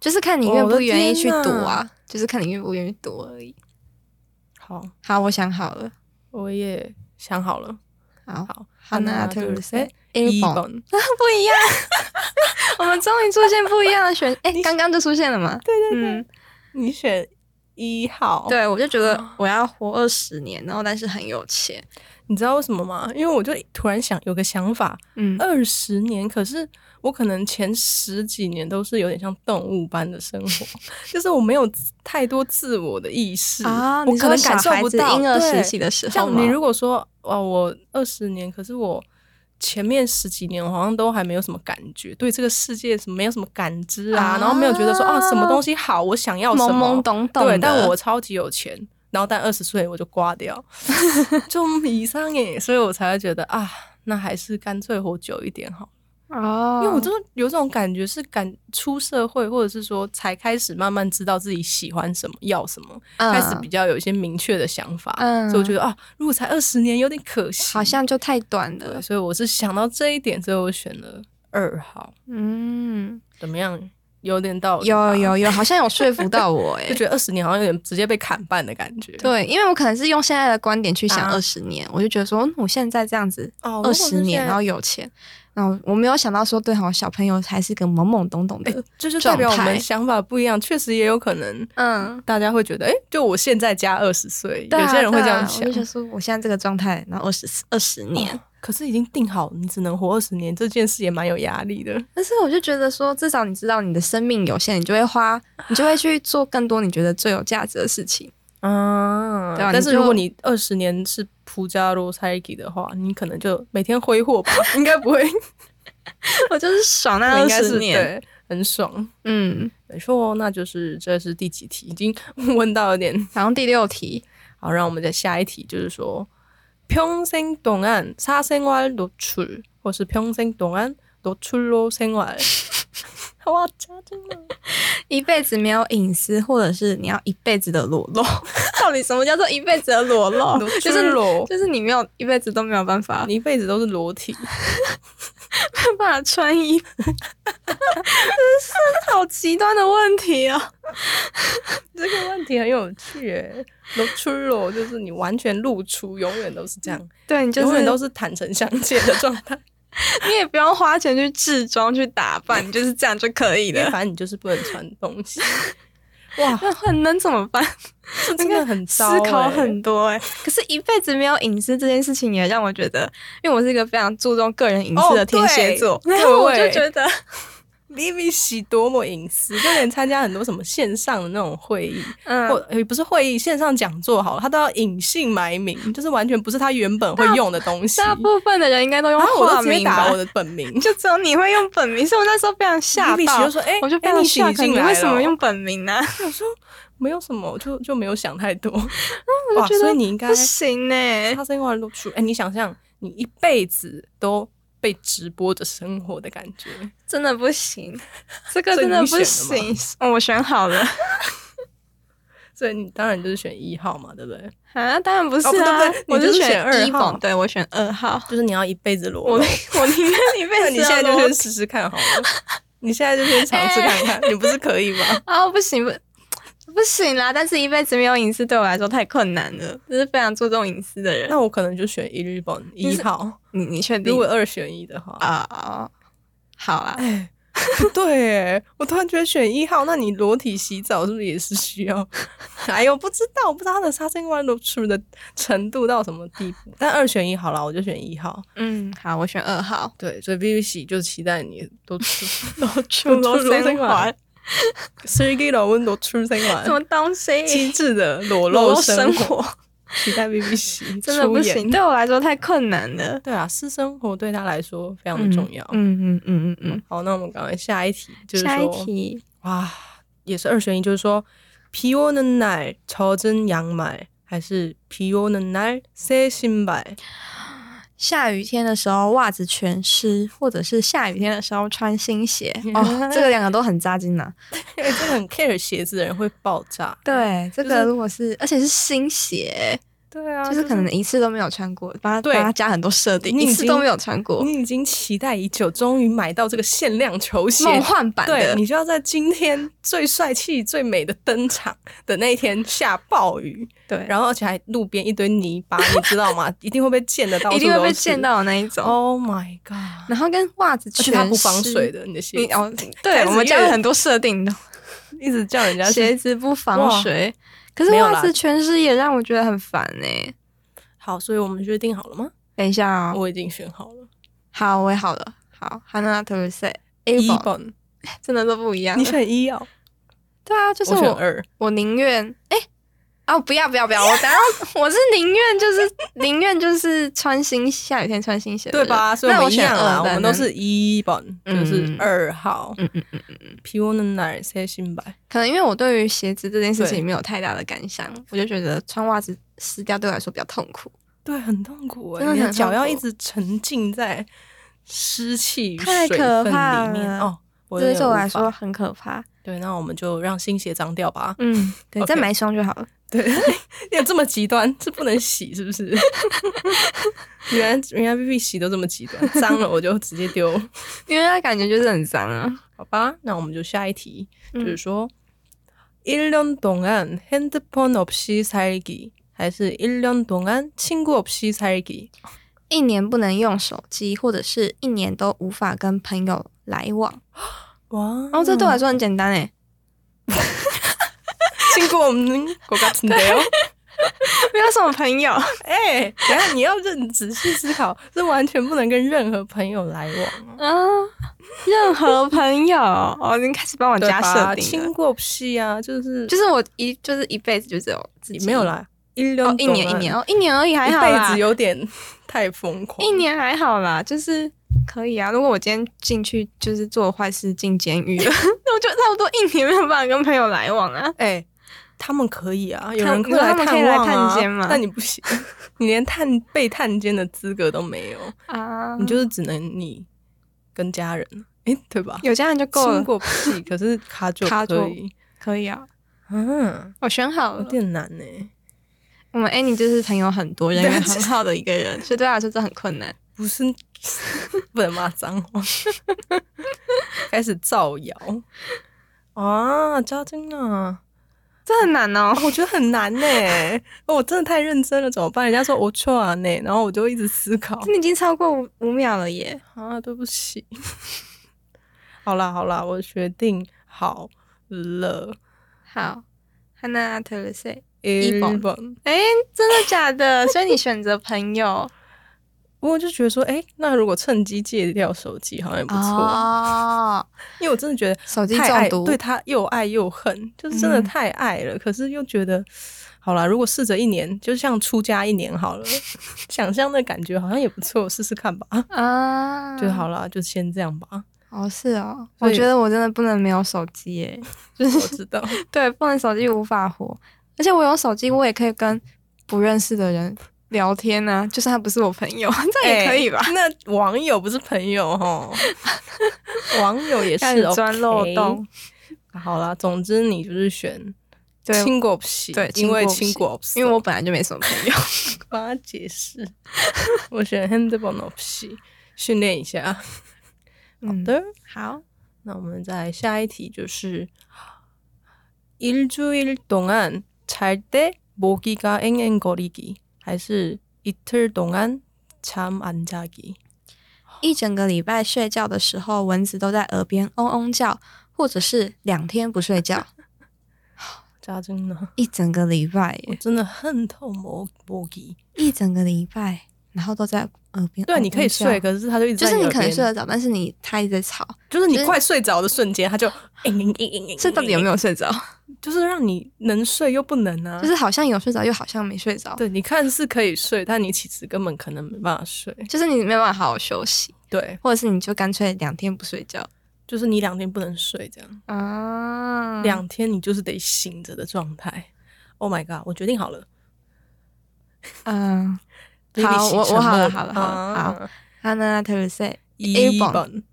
[SPEAKER 3] 就是看你
[SPEAKER 1] 我
[SPEAKER 3] 愿不
[SPEAKER 1] 的
[SPEAKER 3] 愿
[SPEAKER 1] 天
[SPEAKER 3] 意去赌
[SPEAKER 1] 哪
[SPEAKER 3] 啊，就是看你愿不愿意赌啊而已。
[SPEAKER 1] 好，
[SPEAKER 3] 好，我想好了，
[SPEAKER 1] 我也想好了。
[SPEAKER 3] 好，
[SPEAKER 1] 好，哎
[SPEAKER 3] 好，那
[SPEAKER 1] 就
[SPEAKER 3] 特鲁
[SPEAKER 1] 是
[SPEAKER 3] 斯，
[SPEAKER 1] 一
[SPEAKER 3] Airborne
[SPEAKER 1] 本，
[SPEAKER 3] 不一样， 我们终于出现不一样的 选，哎、刚刚就出现了嘛，对对哦对，嗯、
[SPEAKER 1] 你选一号。，
[SPEAKER 3] 对我就觉得我要活二十年，然后但是很有钱，
[SPEAKER 1] 你知道为什么吗？因为我就突然想有个想法，
[SPEAKER 3] 嗯，
[SPEAKER 1] 二十年，可是我可能前十几年都是有点像动物般的生活， 就是我没有太多自我的意识
[SPEAKER 3] 啊，
[SPEAKER 1] 我
[SPEAKER 3] 你
[SPEAKER 1] 可
[SPEAKER 3] 说
[SPEAKER 1] 能感
[SPEAKER 3] 小
[SPEAKER 1] 受
[SPEAKER 3] 孩
[SPEAKER 1] 不
[SPEAKER 3] 子
[SPEAKER 1] 到
[SPEAKER 3] 婴儿
[SPEAKER 1] 对
[SPEAKER 3] 时期的时候
[SPEAKER 1] 像
[SPEAKER 3] 吗，
[SPEAKER 1] 你如果说哦，我二十年，可是我前面十几年我好像都还没有什么感觉，对这个世界什么没有什么感知啊，
[SPEAKER 3] 啊
[SPEAKER 1] 然后没有觉得说哦什么东西好，我想要什
[SPEAKER 3] 懵
[SPEAKER 1] 么，
[SPEAKER 3] 懵懂懂的，
[SPEAKER 1] 对，但我超级有钱，然后但二十岁我就挂 掉，就以上耶，所以我才会觉得啊，那还是干脆活久一点好了。
[SPEAKER 3] 哦，
[SPEAKER 1] 因为我真的有种感觉，是感出社会，或者是说才开始慢慢知道自己喜欢什么、要什么，
[SPEAKER 3] 嗯
[SPEAKER 1] 开始比较有一些明确的想法。
[SPEAKER 3] 嗯
[SPEAKER 1] 所以我觉得啊，如果才二十年，有点可惜。
[SPEAKER 3] 好像就太短
[SPEAKER 1] 对，
[SPEAKER 3] 了，
[SPEAKER 1] 所以我是想到这一点，所以我选了二号。
[SPEAKER 3] 嗯，
[SPEAKER 1] 怎么样？有点道理吧，
[SPEAKER 3] 有有有，好像有说服到我、哎
[SPEAKER 1] 就。觉得二十年好像有点直接被砍半的感觉。
[SPEAKER 3] 对，因为我可能是用现在的观点去想
[SPEAKER 1] 啊
[SPEAKER 3] 二十年，我就觉得说，嗯我现在这样子
[SPEAKER 1] 哦，
[SPEAKER 3] 二十年，然
[SPEAKER 1] 后。
[SPEAKER 3] 后有钱，然后我没有想到说，对好小朋友还是个懵懵懂懂 的，
[SPEAKER 1] 欸这就代表我
[SPEAKER 3] 状态
[SPEAKER 1] 们想法不一样，确实也有可能，
[SPEAKER 3] 嗯，
[SPEAKER 1] 大家会觉得，哎、就我现在加二十岁，
[SPEAKER 3] 对啊
[SPEAKER 1] 有些人会这样
[SPEAKER 3] 对啊我
[SPEAKER 1] 想
[SPEAKER 3] 就觉
[SPEAKER 1] 哦
[SPEAKER 3] 得。说我现在这个状态，然后二十二十年，
[SPEAKER 1] 可是已经定好，你只能活二十年，这件事也蛮有压力的。
[SPEAKER 3] 但是我就觉得说，至少你知道你的生命有限，你就会花，你就会去做更多你觉得最有价值的 事情。
[SPEAKER 1] 啊
[SPEAKER 3] 对啊
[SPEAKER 1] 但是
[SPEAKER 3] 你就
[SPEAKER 1] 如果你二十年是普加罗塞基的话，你可能就每天挥霍 吧，应该不会，
[SPEAKER 3] 我就是爽那
[SPEAKER 1] 我应
[SPEAKER 3] 二
[SPEAKER 1] 该
[SPEAKER 3] 十
[SPEAKER 1] 是
[SPEAKER 3] 年，
[SPEAKER 1] 对，很爽。
[SPEAKER 3] 嗯，
[SPEAKER 1] 没错，那就是这是第几题？已经问到有点
[SPEAKER 3] 然后第六题，
[SPEAKER 1] 好，让我们再下一题，就是说평생동안사생활노출或是평생동안노출로생활。哇，짜증나！
[SPEAKER 3] 一辈子没有隐私，或者是你要一辈子的裸露，到底什么叫做一辈子的裸露？就
[SPEAKER 1] 哦就是
[SPEAKER 3] 是
[SPEAKER 1] 裸，
[SPEAKER 3] 就是你没有一辈子都没有办法，
[SPEAKER 1] 你一辈子都是裸体，
[SPEAKER 3] 没有办法穿衣服，这是好极端的问题哦。
[SPEAKER 1] 这个问题很有趣诶。露出裸就是你完全露出，永远都是这样，
[SPEAKER 3] 对你就是
[SPEAKER 1] 永远都嗯是坦诚相见的状 态。
[SPEAKER 3] 你也不用花钱去制装去打扮，你就是这样就可以
[SPEAKER 1] 因为
[SPEAKER 3] 了。
[SPEAKER 1] 反正你就是不能穿东 西。哇，
[SPEAKER 3] 那很能怎么办？
[SPEAKER 1] 这真的很
[SPEAKER 3] 思
[SPEAKER 1] 糟欸诶
[SPEAKER 3] 考很多哎、可是一辈子没有隐私这件事情也让我觉得，因为我是一个非常注重个人隐私的天蝎座
[SPEAKER 1] 哦，对
[SPEAKER 3] 然后我就
[SPEAKER 1] 对
[SPEAKER 3] 觉得，
[SPEAKER 1] Vivi 喜多么隐私，就连参加很多什么线上的那种会议，
[SPEAKER 3] 嗯，
[SPEAKER 1] 或呃也不是会议，线上讲座好了，他都要隐姓埋名，就是完全不是他原本会用的东西。
[SPEAKER 3] 大部分的人应该啊都用
[SPEAKER 1] 然后我
[SPEAKER 3] 化
[SPEAKER 1] 就直接
[SPEAKER 3] 名吧
[SPEAKER 1] 打 我，的本名，
[SPEAKER 3] 就只有你会用本名，所以我那时候非常吓
[SPEAKER 1] Vivi 喜
[SPEAKER 3] 到
[SPEAKER 1] 就，说：“哎、
[SPEAKER 3] 我就非
[SPEAKER 1] 哎
[SPEAKER 3] 常
[SPEAKER 1] 你
[SPEAKER 3] 吓
[SPEAKER 1] 喜
[SPEAKER 3] 到，
[SPEAKER 1] 进
[SPEAKER 3] 你
[SPEAKER 1] 来
[SPEAKER 3] 为什么
[SPEAKER 1] 了
[SPEAKER 3] 用本名呢？
[SPEAKER 1] 我说没有什么，就就没有想太 多。
[SPEAKER 3] 嗯我
[SPEAKER 1] 哇，
[SPEAKER 3] 觉得
[SPEAKER 1] 所以你应该
[SPEAKER 3] 不行欸呢、
[SPEAKER 1] 他生活露出，哎、你想象你一辈子都被直播着生活的感觉，
[SPEAKER 3] 真的不行，这个
[SPEAKER 1] 所以
[SPEAKER 3] 真的
[SPEAKER 1] 你
[SPEAKER 3] 不
[SPEAKER 1] 选了吗
[SPEAKER 3] 行。哦我选好了
[SPEAKER 1] 所以你当然就是选一号嘛，对不对？
[SPEAKER 3] 啊，当然不是啊，
[SPEAKER 1] 哦不对不对
[SPEAKER 3] 我
[SPEAKER 1] 你就是是选二
[SPEAKER 3] 一
[SPEAKER 1] 号
[SPEAKER 3] 本，对我选二号。
[SPEAKER 1] 就是你要一辈子裸
[SPEAKER 3] 我
[SPEAKER 1] 露。
[SPEAKER 3] 我宁愿一辈
[SPEAKER 1] 那
[SPEAKER 3] 子
[SPEAKER 1] 你现在
[SPEAKER 3] 要
[SPEAKER 1] 就
[SPEAKER 3] 裸
[SPEAKER 1] 先试试看好了。你现在就先尝试看看，你不是可以吗？
[SPEAKER 3] 啊，不行不。不行啦，但是一辈子没有隐私对我来说太困难了，就是非常注重隐私的人。
[SPEAKER 1] 那我可能就选一日本一号，
[SPEAKER 3] 你你确定
[SPEAKER 1] 如？果二选一的话，
[SPEAKER 3] 啊、哦好啊啦，
[SPEAKER 1] 哎、不对哎，我突然觉得选一号，那你裸体洗澡是不是也是需要？ 哎呦，不知道，我不知道他的杀生观露出的程度到什么地步。但二选一好了，我就选一号。
[SPEAKER 3] 嗯，好，我选二号。
[SPEAKER 1] 对，所以 B B 洗就期待你都出
[SPEAKER 3] 露出
[SPEAKER 1] 露出
[SPEAKER 3] 生
[SPEAKER 1] 生还，，Sergey 老温都出生完
[SPEAKER 3] 什么东西？
[SPEAKER 1] 机智的裸
[SPEAKER 3] 裸
[SPEAKER 1] 露
[SPEAKER 3] 露生
[SPEAKER 1] 生
[SPEAKER 3] 活
[SPEAKER 1] 活，期待 B B 洗
[SPEAKER 3] 真的不行，对我来说太困难了。
[SPEAKER 1] 对啊，私生活对他来说非常的重要。
[SPEAKER 3] 嗯嗯嗯嗯嗯。
[SPEAKER 1] 好，那我们赶快下一题，就是
[SPEAKER 3] 下一
[SPEAKER 1] 说，
[SPEAKER 3] 题，
[SPEAKER 1] 哇，也是二选一，就是说，비오는날젖은양말还是비오는날새신발？
[SPEAKER 3] 下雨天的时候袜子全湿，或者是下雨天的时候穿新鞋。
[SPEAKER 1] 嗯
[SPEAKER 3] 哦，这个两个都很扎金呐、
[SPEAKER 1] 因为真的很 care 鞋子的人会爆炸。
[SPEAKER 3] 对，
[SPEAKER 1] 嗯就
[SPEAKER 3] 这
[SPEAKER 1] 是
[SPEAKER 3] 个如果是，而且是新鞋，
[SPEAKER 1] 对啊
[SPEAKER 3] 就是可能一次都没有穿过，帮它
[SPEAKER 1] 对
[SPEAKER 3] 帮它加很多设定，
[SPEAKER 1] 你已
[SPEAKER 3] 一
[SPEAKER 1] 经
[SPEAKER 3] 次都没有穿过，
[SPEAKER 1] 你已经期待已久，终于买到这个限量球鞋，
[SPEAKER 3] 梦幻版
[SPEAKER 1] 对
[SPEAKER 3] 的。
[SPEAKER 1] 你就要在今天最帅气、最美的登场的那一天下暴雨，
[SPEAKER 3] 对，然
[SPEAKER 1] 然后而且还路边一堆泥 巴，你知道吗？一定会被溅得到，
[SPEAKER 3] 后一定会被溅。到的那一种。
[SPEAKER 1] Oh my god！
[SPEAKER 3] 然后跟袜子
[SPEAKER 1] 而且
[SPEAKER 3] 全
[SPEAKER 1] 它不防
[SPEAKER 3] 湿
[SPEAKER 1] 水。的，你的鞋
[SPEAKER 3] 你
[SPEAKER 1] 子
[SPEAKER 3] 哦，
[SPEAKER 1] 开
[SPEAKER 3] 对
[SPEAKER 1] 始
[SPEAKER 3] 我们家
[SPEAKER 1] 越
[SPEAKER 3] 有很多设定的，
[SPEAKER 1] 一直叫人家
[SPEAKER 3] 鞋
[SPEAKER 1] 去。
[SPEAKER 3] 子不防
[SPEAKER 1] 哇
[SPEAKER 3] 水，可是
[SPEAKER 1] 没有啦
[SPEAKER 3] 袜子全湿也让我觉得很烦哎、
[SPEAKER 1] 好，所以我们约定好了吗？
[SPEAKER 3] 等一下啊、
[SPEAKER 1] 我已经选好了。
[SPEAKER 3] 好，我也好了，好，哈娜特瑞塞 A
[SPEAKER 1] 一
[SPEAKER 3] 宝
[SPEAKER 1] 本，
[SPEAKER 3] 真的都不一样
[SPEAKER 1] 你
[SPEAKER 3] 了。
[SPEAKER 1] 选一哦，
[SPEAKER 3] 对啊，就是
[SPEAKER 1] 我选
[SPEAKER 3] 我，
[SPEAKER 1] 二。
[SPEAKER 3] 我宁愿哎。哦，不要不要不要！我 等下我是宁愿就是宁愿就是穿新下雨天穿新鞋的
[SPEAKER 1] 对
[SPEAKER 3] 人，
[SPEAKER 1] 吧？所以
[SPEAKER 3] 那
[SPEAKER 1] 我
[SPEAKER 3] 我
[SPEAKER 1] 们一
[SPEAKER 3] 选
[SPEAKER 1] 样啦，
[SPEAKER 3] 二
[SPEAKER 1] 我
[SPEAKER 3] 的
[SPEAKER 1] 们都
[SPEAKER 3] 呢
[SPEAKER 1] 是一本，就是
[SPEAKER 3] 嗯
[SPEAKER 1] 二号。
[SPEAKER 3] 嗯嗯嗯，
[SPEAKER 1] 皮沃的奶塞新白，
[SPEAKER 3] 可能因为我对于鞋子这件事
[SPEAKER 1] 对
[SPEAKER 3] 情没有太大的感想，我就觉得穿袜子湿掉对我来说比较痛苦。
[SPEAKER 1] 对，很痛苦哎、
[SPEAKER 3] 真的
[SPEAKER 1] 你的
[SPEAKER 3] 很
[SPEAKER 1] 脚
[SPEAKER 3] 痛
[SPEAKER 1] 要
[SPEAKER 3] 苦
[SPEAKER 1] 一直沉浸在湿气与
[SPEAKER 3] 太
[SPEAKER 1] 水
[SPEAKER 3] 可
[SPEAKER 1] 分
[SPEAKER 3] 怕
[SPEAKER 1] 里面
[SPEAKER 3] 了
[SPEAKER 1] 哦。我有
[SPEAKER 3] 这
[SPEAKER 1] 点
[SPEAKER 3] 对我
[SPEAKER 1] 无
[SPEAKER 3] 来
[SPEAKER 1] 法
[SPEAKER 3] 说，很可怕。
[SPEAKER 1] 对，那我们就让新鞋脏掉吧。
[SPEAKER 3] 嗯，对
[SPEAKER 1] OK
[SPEAKER 3] 再买一双就好了。
[SPEAKER 1] 对， 你有这么极端，是不能洗是不是？ 原来原来 B B 洗都这么极端，脏了我就直接丢。
[SPEAKER 3] 因为它感觉就是很脏啊。
[SPEAKER 1] 好吧，那我们就下一题，
[SPEAKER 3] 嗯
[SPEAKER 1] 就是说，일년동안 핸드폰 없이 살기 还是일년동안 친구 없이 살기？
[SPEAKER 3] 一年不能用手机，或者是一年都无法跟朋友来往。
[SPEAKER 1] 哇，
[SPEAKER 3] 然后这 对我来说很简单欸诶，
[SPEAKER 1] 친구 없는 것 같은데요?
[SPEAKER 3] 没有什么朋友。
[SPEAKER 1] 哎、等一下你要认仔细思考，是完全不能跟任何朋友来往哦。
[SPEAKER 3] 啊，任何朋友哦，已经开始帮我
[SPEAKER 1] 对
[SPEAKER 3] 加设
[SPEAKER 1] 吧？
[SPEAKER 3] 定
[SPEAKER 1] 亲
[SPEAKER 3] 了。
[SPEAKER 1] 过屁啊，就是
[SPEAKER 3] 就是我一就是一辈子就只有自己
[SPEAKER 1] 没有啦，一
[SPEAKER 3] 哦
[SPEAKER 1] 六，
[SPEAKER 3] 一年一年，哦，一年而已还
[SPEAKER 1] 一
[SPEAKER 3] 好
[SPEAKER 1] 辈
[SPEAKER 3] 啦
[SPEAKER 1] 子，有点太疯狂。
[SPEAKER 3] 一年还好啦，就是可以啊。如果我今天进去就是做坏事进监狱了， 那我就差不多一年没有办法跟朋友来往啊。
[SPEAKER 1] 哎、他们可以啊，有
[SPEAKER 3] 他
[SPEAKER 1] 人
[SPEAKER 3] 你说
[SPEAKER 1] 来
[SPEAKER 3] 他们可以
[SPEAKER 1] 望
[SPEAKER 3] 来
[SPEAKER 1] 啊，
[SPEAKER 3] 探监吗
[SPEAKER 1] 但你不行， 你连探被探监的资格都没有，
[SPEAKER 3] 啊，
[SPEAKER 1] 你就是只能你跟家人，哎、对吧？
[SPEAKER 3] 有家人就够了
[SPEAKER 1] 亲，过屁，可是卡就
[SPEAKER 3] 卡
[SPEAKER 1] 可
[SPEAKER 3] 就
[SPEAKER 1] 以，
[SPEAKER 3] 可以啊。
[SPEAKER 1] 嗯，
[SPEAKER 3] 我选好了
[SPEAKER 1] 有。点难呢、
[SPEAKER 3] 我们 Annie 就是朋友很多，人缘
[SPEAKER 1] 对
[SPEAKER 3] 很好的一个人，所以对他来说这很困 难。
[SPEAKER 1] 不是 不能骂脏 话，开始造谣啊！扎金啊，
[SPEAKER 3] 这很难哦。
[SPEAKER 1] 我觉得很难呢、哦我真的太认真了，怎么办？人家说我错啊呢，然后我就一直思 考
[SPEAKER 3] 你已经超过五五秒了耶！
[SPEAKER 1] 啊，对不起。 好啦好啦，我决定好了。
[SPEAKER 3] 好，汉娜阿特勒塞，
[SPEAKER 1] 一
[SPEAKER 3] 本
[SPEAKER 1] 本，
[SPEAKER 3] 哎，真的假的？所以你选择朋友，
[SPEAKER 1] 我就觉得说，哎、那如果趁机戒掉手机，好像也不错。
[SPEAKER 3] 哦，
[SPEAKER 1] 因为我真的觉得
[SPEAKER 3] 手机
[SPEAKER 1] 太爱
[SPEAKER 3] 中毒
[SPEAKER 1] 对他又爱又恨，就是真的
[SPEAKER 3] 嗯
[SPEAKER 1] 太爱了，可是又觉得，好啦，如果试着一年，就像出家一年 好了，想象那感觉好像也不错，试试看
[SPEAKER 3] 嗯
[SPEAKER 1] 吧。
[SPEAKER 3] 啊，
[SPEAKER 1] 就好。啦，就先这样吧。
[SPEAKER 3] 哦，是哦，
[SPEAKER 1] 所
[SPEAKER 3] 我
[SPEAKER 1] 以
[SPEAKER 3] 觉得我真的不能没有手机耶。
[SPEAKER 1] 我知道，
[SPEAKER 3] 对，不能手机无法活。而且我有手机，我也可以跟不认识的人聊天啊，就算他不是我朋友，这样也可以 吧？
[SPEAKER 1] 欸那网友不是朋友哦， 网友也
[SPEAKER 3] 开
[SPEAKER 1] 是
[SPEAKER 3] 始钻漏
[SPEAKER 1] OK
[SPEAKER 3] 洞。
[SPEAKER 1] 好啦，总之你就是选
[SPEAKER 3] 对
[SPEAKER 1] 亲果皮，
[SPEAKER 3] 对，
[SPEAKER 1] 因为
[SPEAKER 3] 亲
[SPEAKER 1] 亲果
[SPEAKER 3] 过，因为我本来就没什么朋友。
[SPEAKER 1] 帮他解释， 我选 handball 皮，训练一下。好
[SPEAKER 3] 嗯
[SPEAKER 1] 的。
[SPEAKER 3] 好，
[SPEAKER 1] 那我们再下一题就是일주일동안잘때모기가앵앵거리기还是이틀동안잠안자기？
[SPEAKER 3] 一整个礼拜睡觉的时候，蚊子都在耳边嗡嗡叫，或者是两天不睡 觉，
[SPEAKER 1] 짜증나！
[SPEAKER 3] 一整个礼拜
[SPEAKER 1] 我
[SPEAKER 3] 耶，
[SPEAKER 1] 真的恨透모모기。
[SPEAKER 3] 一整个礼拜，然后都在耳边嗡嗡叫。
[SPEAKER 1] 对，你可以睡，可是它就一直
[SPEAKER 3] 就
[SPEAKER 1] 在
[SPEAKER 3] 是你
[SPEAKER 1] 耳
[SPEAKER 3] 可能
[SPEAKER 1] 边
[SPEAKER 3] 睡得着，但是你他一直在吵，
[SPEAKER 1] 就是你
[SPEAKER 3] 就是
[SPEAKER 1] 快睡着的瞬间， 它就嗯嗯嗯嗯嗯，
[SPEAKER 3] 这到底有没有睡着？
[SPEAKER 1] 就是让你能睡又不能啊？
[SPEAKER 3] 就是好像有睡着，又好像没睡着。
[SPEAKER 1] 对你看似可以睡，但你其实根本可能没办法睡。
[SPEAKER 3] 就是你没有办法好好休息，
[SPEAKER 1] 对，
[SPEAKER 3] 或者是你就干脆两天不睡觉
[SPEAKER 1] 就是你两天不能睡这样。
[SPEAKER 3] 啊两
[SPEAKER 1] 两天你就是得醒着的状态。Oh my god！我决定好了，
[SPEAKER 3] 嗯，
[SPEAKER 1] 好，我我
[SPEAKER 3] 好
[SPEAKER 1] 好
[SPEAKER 3] 了
[SPEAKER 1] 了
[SPEAKER 3] 好
[SPEAKER 1] 好
[SPEAKER 3] 了
[SPEAKER 1] 了
[SPEAKER 3] 好
[SPEAKER 1] 好
[SPEAKER 3] 了
[SPEAKER 1] 了
[SPEAKER 3] 好
[SPEAKER 1] 好，
[SPEAKER 3] 哈娜特鲁塞，
[SPEAKER 1] 一
[SPEAKER 3] A
[SPEAKER 1] 本，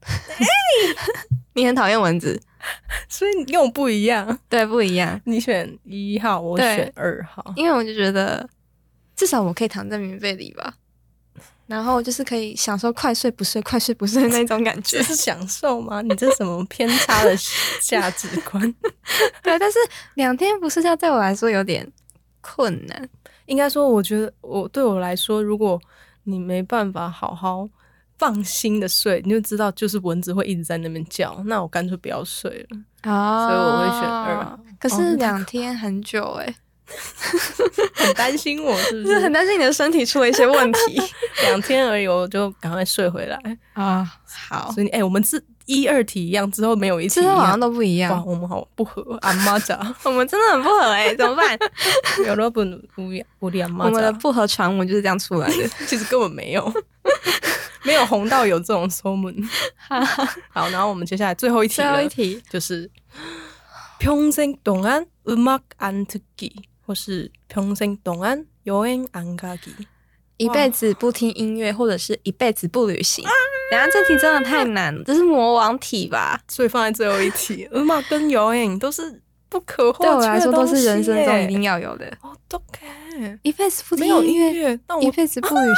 [SPEAKER 3] 你很讨厌蚊子，
[SPEAKER 1] 所以你跟我不一样，
[SPEAKER 3] 对，不一样，
[SPEAKER 1] 你选一号，我
[SPEAKER 3] 对
[SPEAKER 1] 选二号。
[SPEAKER 3] 因为我就觉得至少我可以躺在棉被里吧，然后就是可以享受快睡不睡、快睡不睡的那种感 觉
[SPEAKER 1] 这。是享受吗？你这什么偏差的价值观？
[SPEAKER 3] 对，但是两天不睡觉对我来说有点困难。
[SPEAKER 1] 应该说，我觉得我对我来说，如果你没办法好好放心的睡，你就知道就是蚊子会一直在那边叫，那我干脆不要睡了。
[SPEAKER 3] 哦
[SPEAKER 1] 所以我会选二号。
[SPEAKER 3] 可
[SPEAKER 1] 哦那
[SPEAKER 3] 是
[SPEAKER 1] 个
[SPEAKER 3] 两天很久哎、
[SPEAKER 1] 很担心我是不
[SPEAKER 3] 就是很
[SPEAKER 1] 是？
[SPEAKER 3] 担心你的身体出了一些问 题
[SPEAKER 1] 两天而已，我就赶快睡回来。
[SPEAKER 3] 啊、好，
[SPEAKER 1] 所以，哎、我们这一二题一样，之后没有一题
[SPEAKER 3] 这
[SPEAKER 1] 一
[SPEAKER 3] 好
[SPEAKER 1] 样
[SPEAKER 3] 像。都不一
[SPEAKER 1] 哇，
[SPEAKER 3] 样，
[SPEAKER 1] 我们好不合，阿妈 讲，
[SPEAKER 3] 我们真的很不合 哎、怎么办？
[SPEAKER 1] 有了本无无理阿妈
[SPEAKER 3] 我们的
[SPEAKER 1] 讲，
[SPEAKER 3] 不合传闻就是这样出来 的。
[SPEAKER 1] 其实根本没 有，没有红到有这种 so 门。
[SPEAKER 3] 好，
[SPEAKER 1] 好，然后我们接下来最后一题
[SPEAKER 3] 最
[SPEAKER 1] 了，
[SPEAKER 3] 后一题，
[SPEAKER 1] 就是평생동안음악안듣기，或是평생동안여행안가기。
[SPEAKER 3] 一辈子不听音乐，或者是一辈子不旅行。等一下这题真的太难啊了，这是魔王题吧？
[SPEAKER 1] 所以放在最后一 题，음악跟游泳都是不可或
[SPEAKER 3] 对
[SPEAKER 1] 缺
[SPEAKER 3] 我来说都是人生中一定
[SPEAKER 1] 要。
[SPEAKER 3] 要有的。
[SPEAKER 1] 哦，都可以。
[SPEAKER 3] 一辈子不听
[SPEAKER 1] 没有
[SPEAKER 3] 音
[SPEAKER 1] 音
[SPEAKER 3] 乐，
[SPEAKER 1] 乐，那
[SPEAKER 3] 一
[SPEAKER 1] 我
[SPEAKER 3] 辈子不旅 行，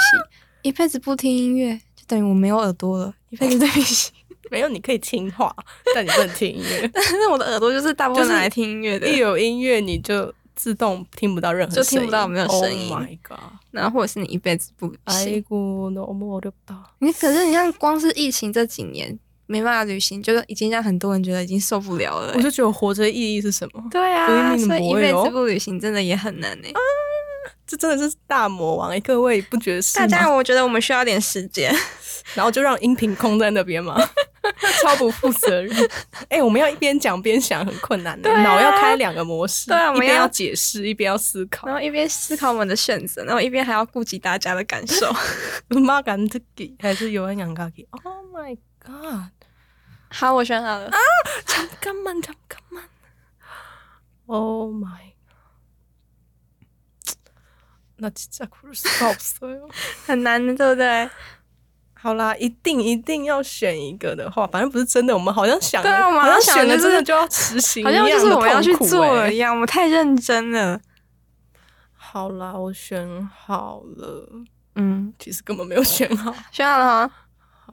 [SPEAKER 3] 一辈子不听音乐，就等于我没有耳朵 了，一辈子对不起。
[SPEAKER 1] 没有，你可以听话，但你不能听音 乐。
[SPEAKER 3] 但是我的耳朵就是大部分
[SPEAKER 1] 就是
[SPEAKER 3] 拿来听音 乐的，
[SPEAKER 1] 一有音乐，你就自动听不到任何
[SPEAKER 3] 就
[SPEAKER 1] 声音，
[SPEAKER 3] 听不到没有声音哎
[SPEAKER 1] Oh my god！
[SPEAKER 3] 然后或者是你一辈子不旅行。
[SPEAKER 1] 아이고 너무 어렵다.
[SPEAKER 3] 你可是你像光是疫情这几年没办法旅行，就是已经让很多人觉得已经受不了了欸、
[SPEAKER 1] 我就觉得活着的意义是什么？
[SPEAKER 3] 对啊，
[SPEAKER 1] 不一定
[SPEAKER 3] 所以一
[SPEAKER 1] 不会
[SPEAKER 3] 辈
[SPEAKER 1] 哦
[SPEAKER 3] 子不旅哦行真的也很难欸呢、
[SPEAKER 1] 这真的是大魔王哎、各位不觉得是
[SPEAKER 3] 大
[SPEAKER 1] 吗？
[SPEAKER 3] 家，我觉得我们需要点时间。
[SPEAKER 1] 然后就让音频空在那边 嘛，超不负责任。哎、我们要一边讲边想，很困难的、欸
[SPEAKER 3] 对啊
[SPEAKER 1] 脑要开两个模式，
[SPEAKER 3] 对啊我们
[SPEAKER 1] 一边
[SPEAKER 3] 要
[SPEAKER 1] 要解释，一边要思考
[SPEAKER 3] 然。后一边思考我们的选择，然后一边还要顾及大家的感受。
[SPEAKER 1] 妈敢自己还是有人养自己？Oh my god！
[SPEAKER 3] 好，我选好了。
[SPEAKER 1] 잠깐만잠깐만 Oh my. 나 진짜 고를 수가 없어요.
[SPEAKER 3] 很难的，对不对？
[SPEAKER 1] 好啦，一定一定要选一个的话，反正不是真的，我们好像想的，
[SPEAKER 3] 对啊我们好
[SPEAKER 1] 好
[SPEAKER 3] 像
[SPEAKER 1] 像
[SPEAKER 3] 想
[SPEAKER 1] 选
[SPEAKER 3] 的
[SPEAKER 1] 了真的
[SPEAKER 3] 就是
[SPEAKER 1] 就要实行一
[SPEAKER 3] 好
[SPEAKER 1] 样
[SPEAKER 3] 像
[SPEAKER 1] 的
[SPEAKER 3] 就是我们要去
[SPEAKER 1] 痛苦
[SPEAKER 3] 做了
[SPEAKER 1] 欸
[SPEAKER 3] 一样，我们太认真了。
[SPEAKER 1] 好啦，我选好了，
[SPEAKER 3] 嗯，
[SPEAKER 1] 其实根本没有选好。
[SPEAKER 3] 选好了哈。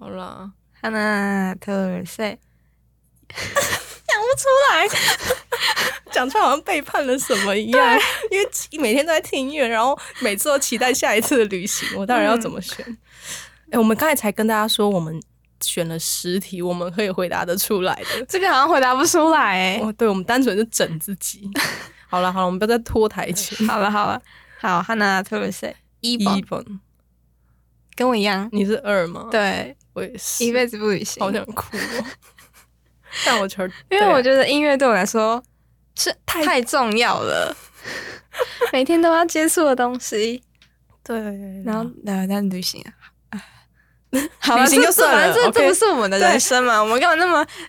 [SPEAKER 1] 好啦，
[SPEAKER 3] 哈娜特尔塞，讲不出来。
[SPEAKER 1] 讲出来好像背叛了什么一样，因为每天都在听音乐，然后每次都期待下一次的旅行，我当然要怎么 选？哎、我们刚才才跟大家说，我们选了十题，我们可以回答得出来的。
[SPEAKER 3] 这个好像回答不出来哎、
[SPEAKER 1] 哦，对，我们单纯是整自 己。好了好了，我们不要再拖台前。
[SPEAKER 3] 好了好了，好，汉娜特鲁塞一
[SPEAKER 1] 一
[SPEAKER 3] 本
[SPEAKER 1] 本，
[SPEAKER 3] 哦跟我一样，
[SPEAKER 1] 你是二吗？，
[SPEAKER 3] 对，
[SPEAKER 1] 我也是。
[SPEAKER 3] 一辈子不旅行
[SPEAKER 1] 好，想哭 哦。但我觉得，
[SPEAKER 3] 因为我
[SPEAKER 1] 得
[SPEAKER 3] 觉得音乐对我来说是太太重要 了，每天都要接触的东西，
[SPEAKER 1] 对，
[SPEAKER 3] 然后呃，但旅行啊。 好了，
[SPEAKER 1] 旅行
[SPEAKER 3] 这
[SPEAKER 1] 就算
[SPEAKER 3] 反
[SPEAKER 1] 了
[SPEAKER 3] 正这这
[SPEAKER 1] OK
[SPEAKER 3] 不是我们的
[SPEAKER 1] 对
[SPEAKER 3] 人生嘛，我们干嘛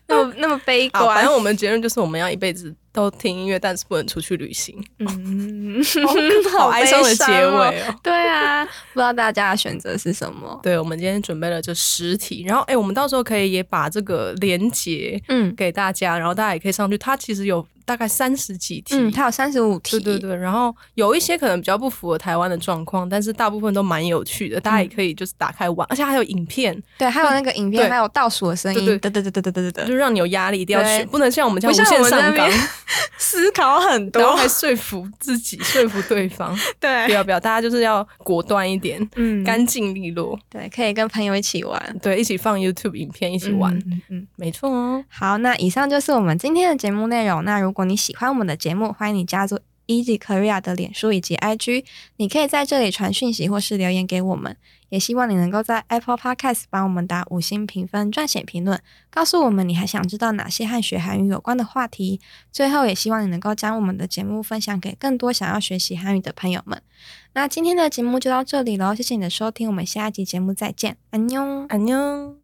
[SPEAKER 3] 那 么那么那么悲
[SPEAKER 1] 好，反
[SPEAKER 3] 观
[SPEAKER 1] 正？我们结论就是我们要一辈子都听音乐，但是不能出去旅 行。
[SPEAKER 3] 嗯，
[SPEAKER 1] 好哀伤的
[SPEAKER 3] 悲
[SPEAKER 1] 结
[SPEAKER 3] 伤哦。
[SPEAKER 1] 尾哦。
[SPEAKER 3] 对啊，不知道大家的选择是什么？
[SPEAKER 1] 对，我们今天准备了这十题，然后哎、诶我们到时候可以也把这个连结
[SPEAKER 3] 嗯
[SPEAKER 1] 给大家，然后大家也可以上去。它其实有大概三十几题，
[SPEAKER 3] 嗯，它有三十五题，
[SPEAKER 1] 对对对，然后有一些可能比较不符合台湾的状况，但是大部分都蛮有趣
[SPEAKER 3] 嗯
[SPEAKER 1] 的，大家也可以就是打开玩，而且还有影片，
[SPEAKER 3] 对，还有那个影片，
[SPEAKER 1] 对
[SPEAKER 3] 还有倒数的声音，
[SPEAKER 1] 对
[SPEAKER 3] 对对对对对对对
[SPEAKER 1] 就让你有压力，一定要
[SPEAKER 3] 对
[SPEAKER 1] 选，不能像我们这样
[SPEAKER 3] 不
[SPEAKER 1] 无
[SPEAKER 3] 像我
[SPEAKER 1] 限
[SPEAKER 3] 们在
[SPEAKER 1] 上
[SPEAKER 3] 那
[SPEAKER 1] 纲，
[SPEAKER 3] 边 思考很
[SPEAKER 1] 然后
[SPEAKER 3] 多，
[SPEAKER 1] 还说服自 己，说服对方。不
[SPEAKER 3] 对，啊
[SPEAKER 1] 要不要，大家就是要果断一点，
[SPEAKER 3] 嗯
[SPEAKER 1] 干净利落，
[SPEAKER 3] 对，可以跟朋友一起玩，
[SPEAKER 1] 对，一起放 YouTube 影片，一起玩，
[SPEAKER 3] 嗯嗯嗯。
[SPEAKER 1] 没错哦。
[SPEAKER 3] 好，那以上就是我们今天的节目内容。那如果你喜欢我们的节目，欢迎你加入 Easy Korea 的脸书以及 IG，你可以在这里传讯息或是留言给我们。也希望你能够在 Apple Podcast 帮我们打五星评分、撰写评论，告诉我们你还想知道哪些和学韩语有关的话题。最后，也希望你能够将我们的节目分享给更多想要学习韩语的朋友们。那今天的节目就到这里喽，谢谢你的收听，我们下一集节目再见，安妞。
[SPEAKER 1] 安妞。